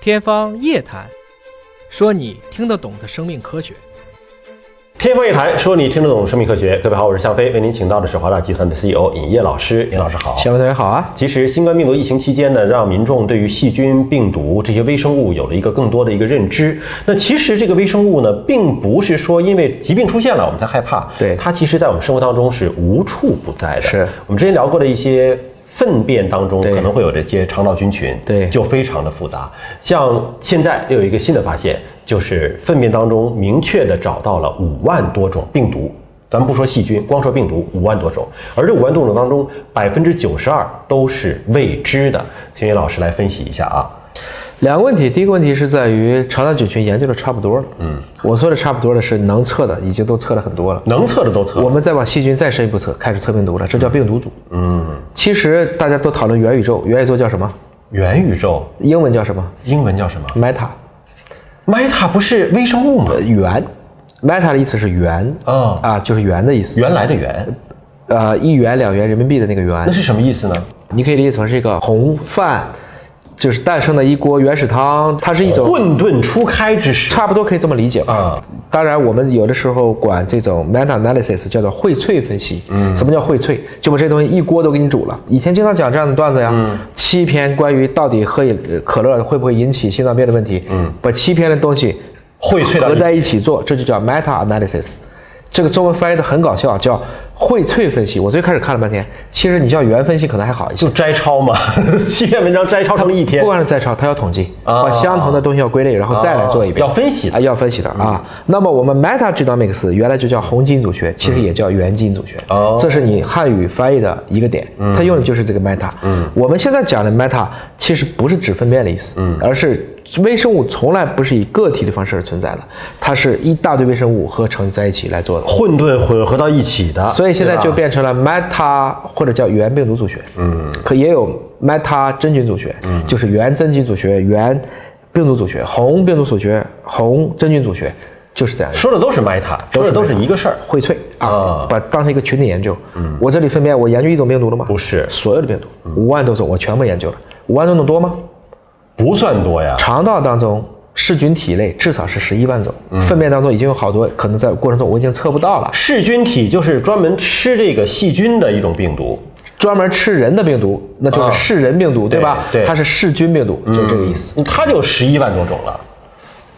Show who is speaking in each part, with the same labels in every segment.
Speaker 1: 天方夜谭，说你听得懂的生命科学。
Speaker 2: 天方夜谭，说你听得懂生命科学。各位好，我是向飞，为您请到的是华大集团的 CEO 尹烨老师。尹老师好。
Speaker 3: 小位同学好啊，
Speaker 2: 其实新冠病毒疫情期间呢，让民众对于细菌、病毒这些微生物有了一个更多的一个认知。那其实这个微生物呢，并不是说因为疾病出现了我们才害怕，
Speaker 3: 对
Speaker 2: 它其实在我们生活当中是无处不在的。
Speaker 3: 是
Speaker 2: 我们之前聊过的一些。粪便当中
Speaker 3: 对
Speaker 2: 可能会有这些肠道菌群，
Speaker 3: 对
Speaker 2: 就非常的复杂。像现在又有一个新的发现，就是粪便当中明确的找到了五万多种病毒。咱们不说细菌，光说病毒五万多种，而这五万多种当中，百分之九十二都是未知的。请尹老师来分析一下啊。
Speaker 3: 两个问题，第一个问题是在于肠道菌群研究的差不多了，嗯，我说的差不多的是能测的已经都测了很多了，
Speaker 2: 能测的都测
Speaker 3: 我
Speaker 2: 了，
Speaker 3: 们再往细菌再深一步测，开始测病毒了，这叫病毒组，嗯，其实大家都讨论元宇宙，元宇宙叫什么？
Speaker 2: 元宇宙
Speaker 3: 英文叫什么
Speaker 2: 英文叫什么
Speaker 3: ？Meta，
Speaker 2: ？Meta 不是微生物吗
Speaker 3: 呃？元，Meta 的意思是元，
Speaker 2: 啊
Speaker 3: 啊，就是元的意思，
Speaker 2: 原来的元，
Speaker 3: 呃，一元两元人民币的那个元
Speaker 2: 那，是什么意思呢？
Speaker 3: 你可以理解成是一个红饭，就是诞生的一锅原始汤，它是一种
Speaker 2: 混沌初开之时
Speaker 3: 差不多可以这么理解吧。
Speaker 2: 啊，
Speaker 3: 当然，我们有的时候管这种 meta analysis 叫做荟萃分析。嗯，什么叫荟萃？就把这东西一锅都给你煮了。以前经常讲这样的段子呀，
Speaker 2: 嗯
Speaker 3: 七篇关于到底喝饮呃可乐会不会引起心脏病的问题，嗯，把七篇的东西
Speaker 2: 荟萃到
Speaker 3: 合
Speaker 2: 一起
Speaker 3: 在一起做，这就叫 meta analysis。这个中文翻译的很搞笑，叫荟萃分析。我最开始看了半天，其实你叫原分析可能还好一些
Speaker 2: 就。摘抄嘛，七篇文章摘抄成一天
Speaker 3: 不，管是摘抄，它要统计，
Speaker 2: 啊
Speaker 3: 把相同的东西要归类，然后再来做一遍
Speaker 2: 要。分析的嗯
Speaker 3: 啊，要分析的啊。那么我们 meta genomics 原来就叫红基因组学，其实也叫原基因组学。
Speaker 2: 哦
Speaker 3: 这是你汉语翻译的一个点，它用的就是这个 meta。嗯，我们现在讲的 meta 其实不是指粪便的意思，嗯，而是微生物从来不是以个体的方式而存在的，它是一大堆微生物和成在一起来做的。
Speaker 2: 混沌混合到一起的，
Speaker 3: 所以现在
Speaker 2: 啊对吧
Speaker 3: 就变成了 meta 或者叫原病毒组学，嗯，可也有 meta 真菌组学，嗯，就是原真菌组学、原病毒组学、红病毒组学、红真菌组学，就是这样一个。
Speaker 2: 说的都是 Meta，说的都是一个事儿，
Speaker 3: 荟萃
Speaker 2: 啊嗯
Speaker 3: 啊，把当成一个群体研究。我这里粪便，我研究一种病毒了吗？
Speaker 2: 不是嗯
Speaker 3: 所有的病毒，五万多种，我全部研究了。五万多种多吗？
Speaker 2: 不算多呀。
Speaker 3: 肠道当中噬菌体类至少是十一万种，
Speaker 2: 嗯
Speaker 3: 粪便当中已经有好多，可能在过程中我已经测不到了。
Speaker 2: 噬菌体就是专门吃这个细菌的一种病毒，
Speaker 3: 专门吃人的病毒，那就
Speaker 2: 啊
Speaker 3: 是噬人病毒，对吧？
Speaker 2: 对嗯
Speaker 3: 它是噬菌病毒，就是这个意思。
Speaker 2: 它就十一万多种了。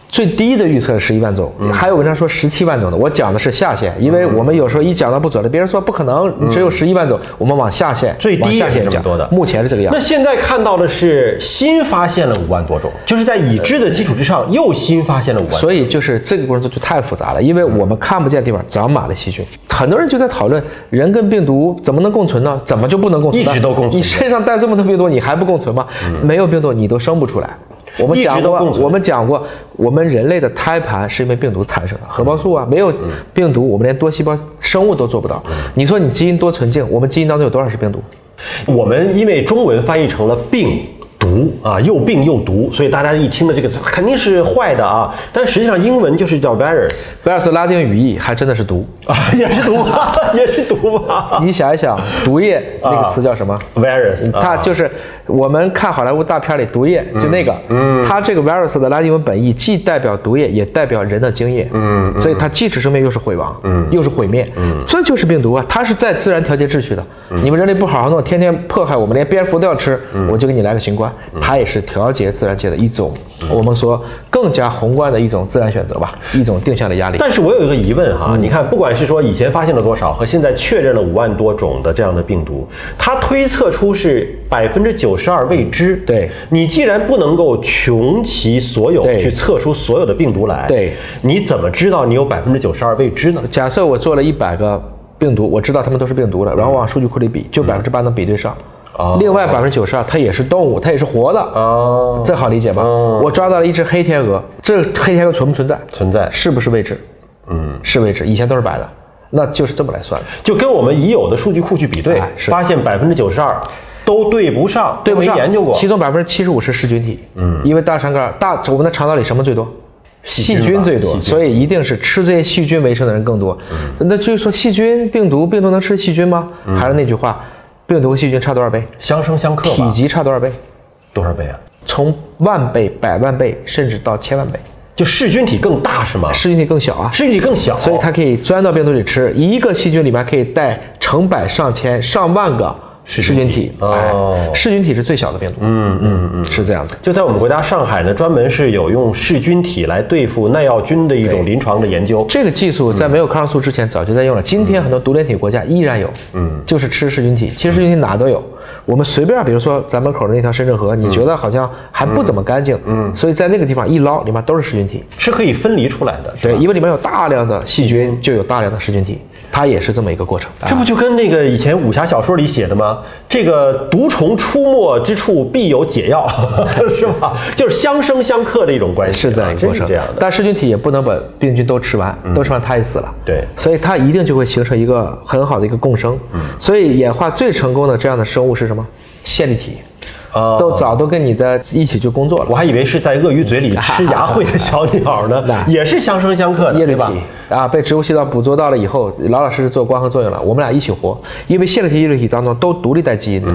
Speaker 3: 最低的预测是十一万种，
Speaker 2: 嗯
Speaker 3: 还有文章说十七万种的，我讲的是下限，因为我们有时候一讲到不准的，别人说不可能，你只有十一万种，我们往下限，
Speaker 2: 嗯最低
Speaker 3: 往下
Speaker 2: 也是
Speaker 3: 限
Speaker 2: 这么
Speaker 3: 讲
Speaker 2: 多的
Speaker 3: 目前是这个样
Speaker 2: 那
Speaker 3: 子。
Speaker 2: 现在看到的是新发现了五万多种，就是在已知的基础之上又新发现了五万。
Speaker 3: 所以就是这个过程中就太复杂了，因为我们看不见的地方长满了细菌。很多人就在讨论人跟病毒怎么能共存呢？怎么就不能共存呢？
Speaker 2: 一直都共存着嗯
Speaker 3: 你身上带这么多病毒，你还不共存吗？没有病毒你都生不出来。我们
Speaker 2: 一直
Speaker 3: 讲
Speaker 2: 都
Speaker 3: 过
Speaker 2: 共，存
Speaker 3: 我们讲过，我们人类的胎盘是因为病毒产生的，核胞素
Speaker 2: 嗯
Speaker 3: 啊，没有病毒，我们连多细胞生物都做不到。你说你基因多纯净，我们基因当中有多少是病毒？
Speaker 2: 嗯我们因为中文翻译成了病毒啊，又病又毒，所以大家一听的这个字肯定是坏的啊。但实际上英文就是叫 virus
Speaker 3: 威尔斯拉丁语义还真的是毒。
Speaker 2: 啊， 也是毒吧，也是毒吧。
Speaker 3: 你想一想，毒液那个词叫
Speaker 2: 啊
Speaker 3: 什么？
Speaker 2: virus，
Speaker 3: 它
Speaker 2: 啊
Speaker 3: 就是我们看好莱坞大片里毒液，就那个，它这个 virus 的拉丁文本意既代表毒液，也代表人的精液，嗯，所以它既是生命又是毁亡，嗯，又是毁灭，嗯，这就是病毒啊，它是在自然调节秩序的。你们人类不好好弄，天天迫害我们，连蝙蝠都要吃，我就给你来个新冠，它也是调节自然界的一种，我们说更加宏观的一种自然选择吧，一种定向的压力。
Speaker 2: 但是我有一个疑问
Speaker 3: 嗯
Speaker 2: 哈，你看，不管是说以前发现了多少和现在确认了五万多种的这样的病毒，它推测出是百分之九十二未知。
Speaker 3: 对
Speaker 2: 你既然不能够穷其所有
Speaker 3: 对
Speaker 2: 去测出所有的病毒来，
Speaker 3: 对，
Speaker 2: 你怎么知道你有百分之九十二未知呢？
Speaker 3: 假设我做了一百个病毒，我知道它们都是病毒了，然后往数据库里比，就百分之八能比对上。
Speaker 2: 嗯哦
Speaker 3: 另外百分之九十二，它也是动物，它也是活的，
Speaker 2: 哦
Speaker 3: 这好理解吧？
Speaker 2: 哦
Speaker 3: 我抓到了一只黑天鹅，这黑天鹅存不存在？
Speaker 2: 存在
Speaker 3: 是不是未知？嗯，是未知，以前都是白的，那就是这么来算的。
Speaker 2: 就跟我们已有的数据库去比对，
Speaker 3: 哎是
Speaker 2: 发现百分之九十二都对不上，
Speaker 3: 对不上，
Speaker 2: 没研究过。
Speaker 3: 其中百分之七十五是噬菌体，嗯，因为大肠杆大我们的肠道里什么最多？细
Speaker 2: 菌吧
Speaker 3: 菌最多
Speaker 2: 细，菌嗯
Speaker 3: 所以一定是吃这些细菌为生的人更多。那就是说，细菌、病毒，病毒能吃细菌吗？还是那句话，病毒和细菌差多少倍？
Speaker 2: 相生相克
Speaker 3: 体
Speaker 2: 吧，
Speaker 3: 积差多少倍？
Speaker 2: 多少倍啊？
Speaker 3: 从万倍、百万倍，甚至到千万倍，
Speaker 2: 就噬菌体更大是吗？
Speaker 3: 噬菌体更小啊，
Speaker 2: 噬菌体更小，
Speaker 3: 所以它可以钻到病毒里吃。一个细菌里面可以带成百上千、上万个
Speaker 2: 噬
Speaker 3: 噬
Speaker 2: 菌
Speaker 3: 菌
Speaker 2: 体
Speaker 3: 体，
Speaker 2: 哦
Speaker 3: 哎，噬菌体是最小的病毒，嗯嗯嗯，是这样子。
Speaker 2: 就在我们国家上海呢，专门是有用噬菌体来对付耐药菌的一种临床的研究。
Speaker 3: 这个技术在没有抗生素之前早就在用了，今天很多独联体国家依然有，嗯，就是吃噬菌体，其实噬菌体哪都有。我们随便，比如说咱门口的那条深圳河，你觉得好像还不怎么干净，嗯，所以在那个地方一捞，里面都是噬菌体，
Speaker 2: 是可以分离出来的，是吧
Speaker 3: 对，因为里面有大量的细菌，就有大量的噬菌体，它也是这么一个过程。
Speaker 2: 这不就跟那个以前武侠小说里写的吗？这个毒虫出没之处必有解药， 是吧？就是相生相克的一种关系啊，
Speaker 3: 是这样一个
Speaker 2: 真
Speaker 3: 过
Speaker 2: 是
Speaker 3: 程，
Speaker 2: 这样的。嗯
Speaker 3: 但噬菌体也不能把病菌都吃完，都吃完它也死了。
Speaker 2: 对嗯
Speaker 3: 所以它一定就会形成一个很好的一个共生。所以演化最成功的这样的生物是什么？线粒体，
Speaker 2: 哦
Speaker 3: 都早都跟你的一起就工作了。
Speaker 2: 我还以为是在鳄鱼嘴里吃牙慧的小鸟 呢，也是相生相克的，
Speaker 3: 叶
Speaker 2: 对
Speaker 3: 绿
Speaker 2: 吧？
Speaker 3: 体啊，被植物细胞捕捉到了以后，老老实实做光合作用了。我们俩一起活，因为线粒体、叶绿体当中都独立带基因的，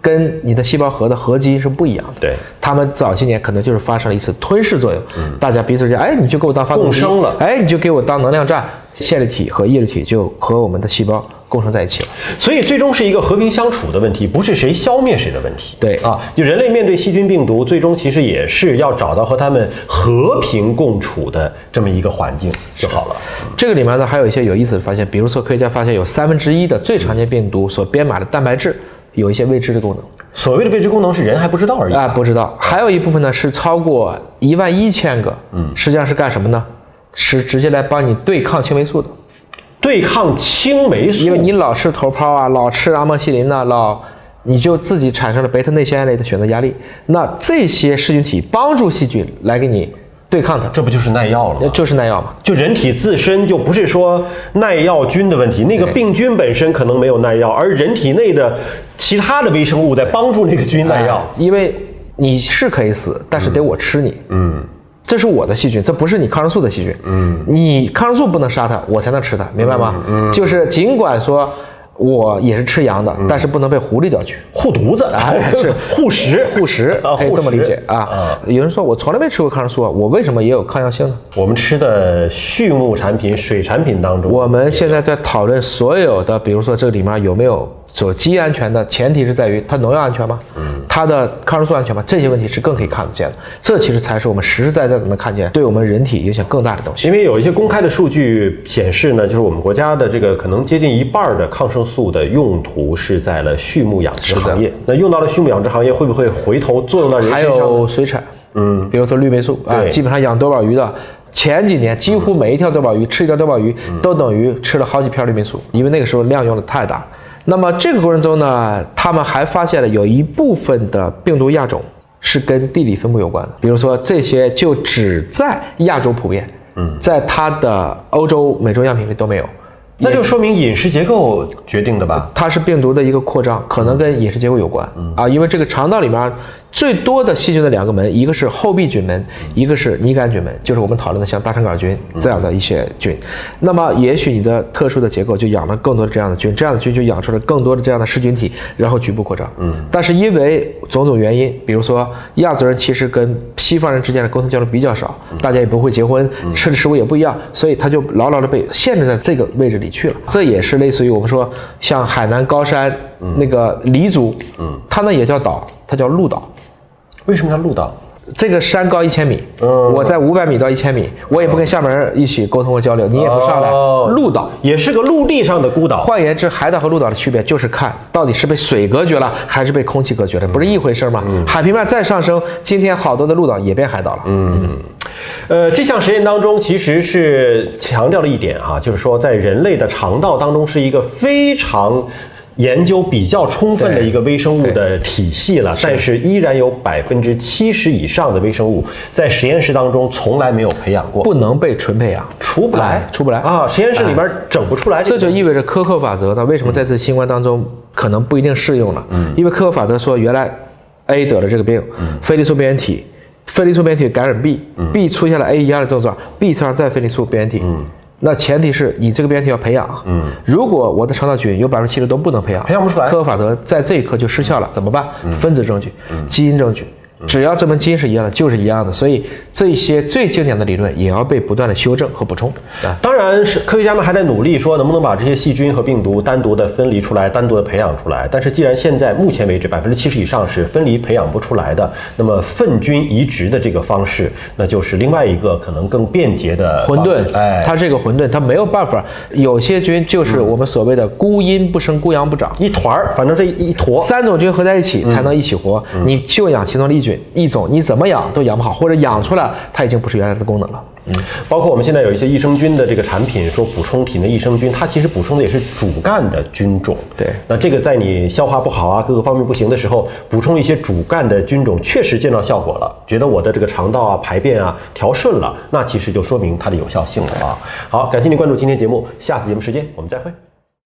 Speaker 3: 跟你的细胞核的合基因是不一样的。
Speaker 2: 嗯对
Speaker 3: 他们早些年可能就是发生了一次吞噬作用，大家彼此之间，哎，你就给我当发动机
Speaker 2: 嗯共生了
Speaker 3: 哎，你就给我当能量站，线粒体和叶绿体就和我们的细胞共生在一起了。
Speaker 2: 所以最终是一个和平相处的问题，不是谁消灭谁的问题。
Speaker 3: 对
Speaker 2: 啊，就人类面对细菌病毒，最终其实也是要找到和他们和平共处的这么一个环境就好了。
Speaker 3: 这个里面呢，还有一些有意思的发现，比如说科学家发现有三分之一的最常见病毒所编码的蛋白质有一些未知的功能。
Speaker 2: 所谓的未知功能是人还不知道而已。
Speaker 3: 啊，不知道。还有一部分呢是超过一万一千个，嗯，实际上是干什么呢？是直接来帮你对抗青霉素的，
Speaker 2: 对抗青霉素，
Speaker 3: 因为你老吃头孢啊，老吃阿莫西林呐、老你就自己产生了贝塔内酰胺类的选择压力。那这些噬菌体帮助细菌来给你对抗它，
Speaker 2: 这不就是耐药了
Speaker 3: 呃
Speaker 2: 吗？
Speaker 3: 就是耐药嘛。
Speaker 2: 就人体自身就不是说耐药菌的问题，那个病菌本身可能没有耐药，而人体内的其他的微生物在帮助那个菌耐药
Speaker 3: 啊。因为你是可以死，但是得我吃你。嗯。这是我的细菌，这不是你抗生素的细菌。嗯，你抗生素不能杀它，我才能吃它，明白吗？嗯，就是尽管说我也是吃羊
Speaker 2: 嗯
Speaker 3: 的，但是不能被狐狸叼去。
Speaker 2: 护犊子
Speaker 3: 啊，是
Speaker 2: 护食，
Speaker 3: 护食
Speaker 2: 啊，
Speaker 3: 可以
Speaker 2: 护
Speaker 3: 这么理
Speaker 2: 食
Speaker 3: 解啊
Speaker 2: 啊。
Speaker 3: 有人说我从来没吃过抗生素啊，我为什么也有抗药性呢？
Speaker 2: 我们吃的畜牧产品、水产品当中，
Speaker 3: 我们现在在讨论所有的，比如说这里面有没有有机安全的前提是在于它农药安全吗？嗯，它的抗生素安全吗？这些问题是更可以看得见的。这其实才是我们实实在在的能看见，对我们人体影响更大的东西。
Speaker 2: 因为有一些公开的数据显示呢，就是我们国家的这个可能接近一半儿的抗生素的用途是在了畜牧养殖
Speaker 3: 是的
Speaker 2: 行业。那用到了畜牧养殖行业，会不会回头作用到人身
Speaker 3: 还
Speaker 2: 上呢？
Speaker 3: 有水产，嗯，比如说绿霉素啊，
Speaker 2: 对
Speaker 3: 基本上养多宝鱼的。前几年几乎每一条多宝鱼、吃一条多宝鱼
Speaker 2: 嗯
Speaker 3: 都等于吃了好几片绿霉素，因为那个时候量用的太大。那么这个过程中呢，他们还发现了有一部分的病毒亚种是跟地理分布有关的，比如说这些就只在亚洲普遍，嗯，在它的欧洲、美洲样品里都没有。
Speaker 2: 那就说明饮食结构决定的吧？
Speaker 3: 它是病毒的一个扩张，可能跟饮食结构有关、啊，因为这个肠道里面最多的细菌的两个门，一个是厚壁菌门，一个是拟杆菌门，就是我们讨论的像大肠杆菌这样的一些菌。那么也许你的特殊的结构就养了更多的这样的菌，这样的菌就养出了更多的这样的噬菌体，然后局部扩张。嗯，但是因为种种原因，比如说亚洲人其实跟西方人之间的沟通交流比较少，大家也不会结婚，吃的食物也不一样，所以他就牢牢的被限制在这个位置里去了。这也是类似于我们说像海南高山那个黎族，嗯，它那也叫岛，它叫鹿岛。
Speaker 2: 为什么叫鹭岛？
Speaker 3: 这个山高一千米，
Speaker 2: 嗯
Speaker 3: 我在五百米到一千米，我也不跟厦门人一起沟通和交流，你也不上来
Speaker 2: 哦，
Speaker 3: 鹿岛。
Speaker 2: 也是个陆地上的孤岛。
Speaker 3: 换言之，海岛和陆岛的区别就是看到底是被水隔绝了，还是被空气隔绝了，不是一回事儿吗？
Speaker 2: 嗯
Speaker 3: 海平面再上升，今天好多的陆岛也变海岛了。
Speaker 2: 嗯呃，这项实验当中其实是强调了一点哈、就是说在人类的肠道当中是一个非常。研究比较充分的
Speaker 3: 对
Speaker 2: 一个微生物的体系了，但是依然有百分之七十以上的微生物在实验室当中从来没有培养过，
Speaker 3: 不能被纯培养，
Speaker 2: 出不来
Speaker 3: 哎，出不来
Speaker 2: 啊！实验室里边整不出来
Speaker 3: 这
Speaker 2: 个
Speaker 3: 就意味着苛刻法则呢，为什么在这新冠当中可能不一定适用了？因为苛刻法则说原来 A 得了这个病，非利素病原体，非利素病原体感染 B，B 出现了 A 一样的症状，B 上再非利素病原体。那前提是你这个病原体要培养，嗯，如果我的肠道菌有百分之七十都不能培养，嗯
Speaker 2: 培养不出来
Speaker 3: 科学法则在这一刻就失效了，怎么办？分子证据、基因证据、只要这门基因是一样的，就是一样的。所以这些最经典的理论也要被不断的修正和补充啊。
Speaker 2: 当然是科学家们还在努力说能不能把这些细菌和病毒单独的分离出来，单独的培养出来。但是既然现在目前为止百分之七十以上是分离培养不出来的，那么粪菌移植的这个方式，那就是另外一个可能更便捷的
Speaker 3: 混
Speaker 2: 方
Speaker 3: 沌，
Speaker 2: 哎，
Speaker 3: 它是一个混沌，它没有办法。有些菌就是我们所谓的孤阴不生，孤阳不长。
Speaker 2: 一团儿，反正这一一坨，
Speaker 3: 三种菌合在一起才能一起活。你就养其中的一菌一种，你怎么养都养不好，或者养出来它已经不是原来的功能了。
Speaker 2: 包括我们现在有一些益生菌的这个产品，说补充体内益生菌，它其实补充的也是主干的菌种。
Speaker 3: 对
Speaker 2: 那这个在你消化不好啊，各个方面不行的时候，补充一些主干的菌种，确实见到效果了，觉得我的这个肠道啊、排便啊调顺了，那其实就说明它的有效性了啊。好，感谢您关注今天节目，下次节目时间我们再会。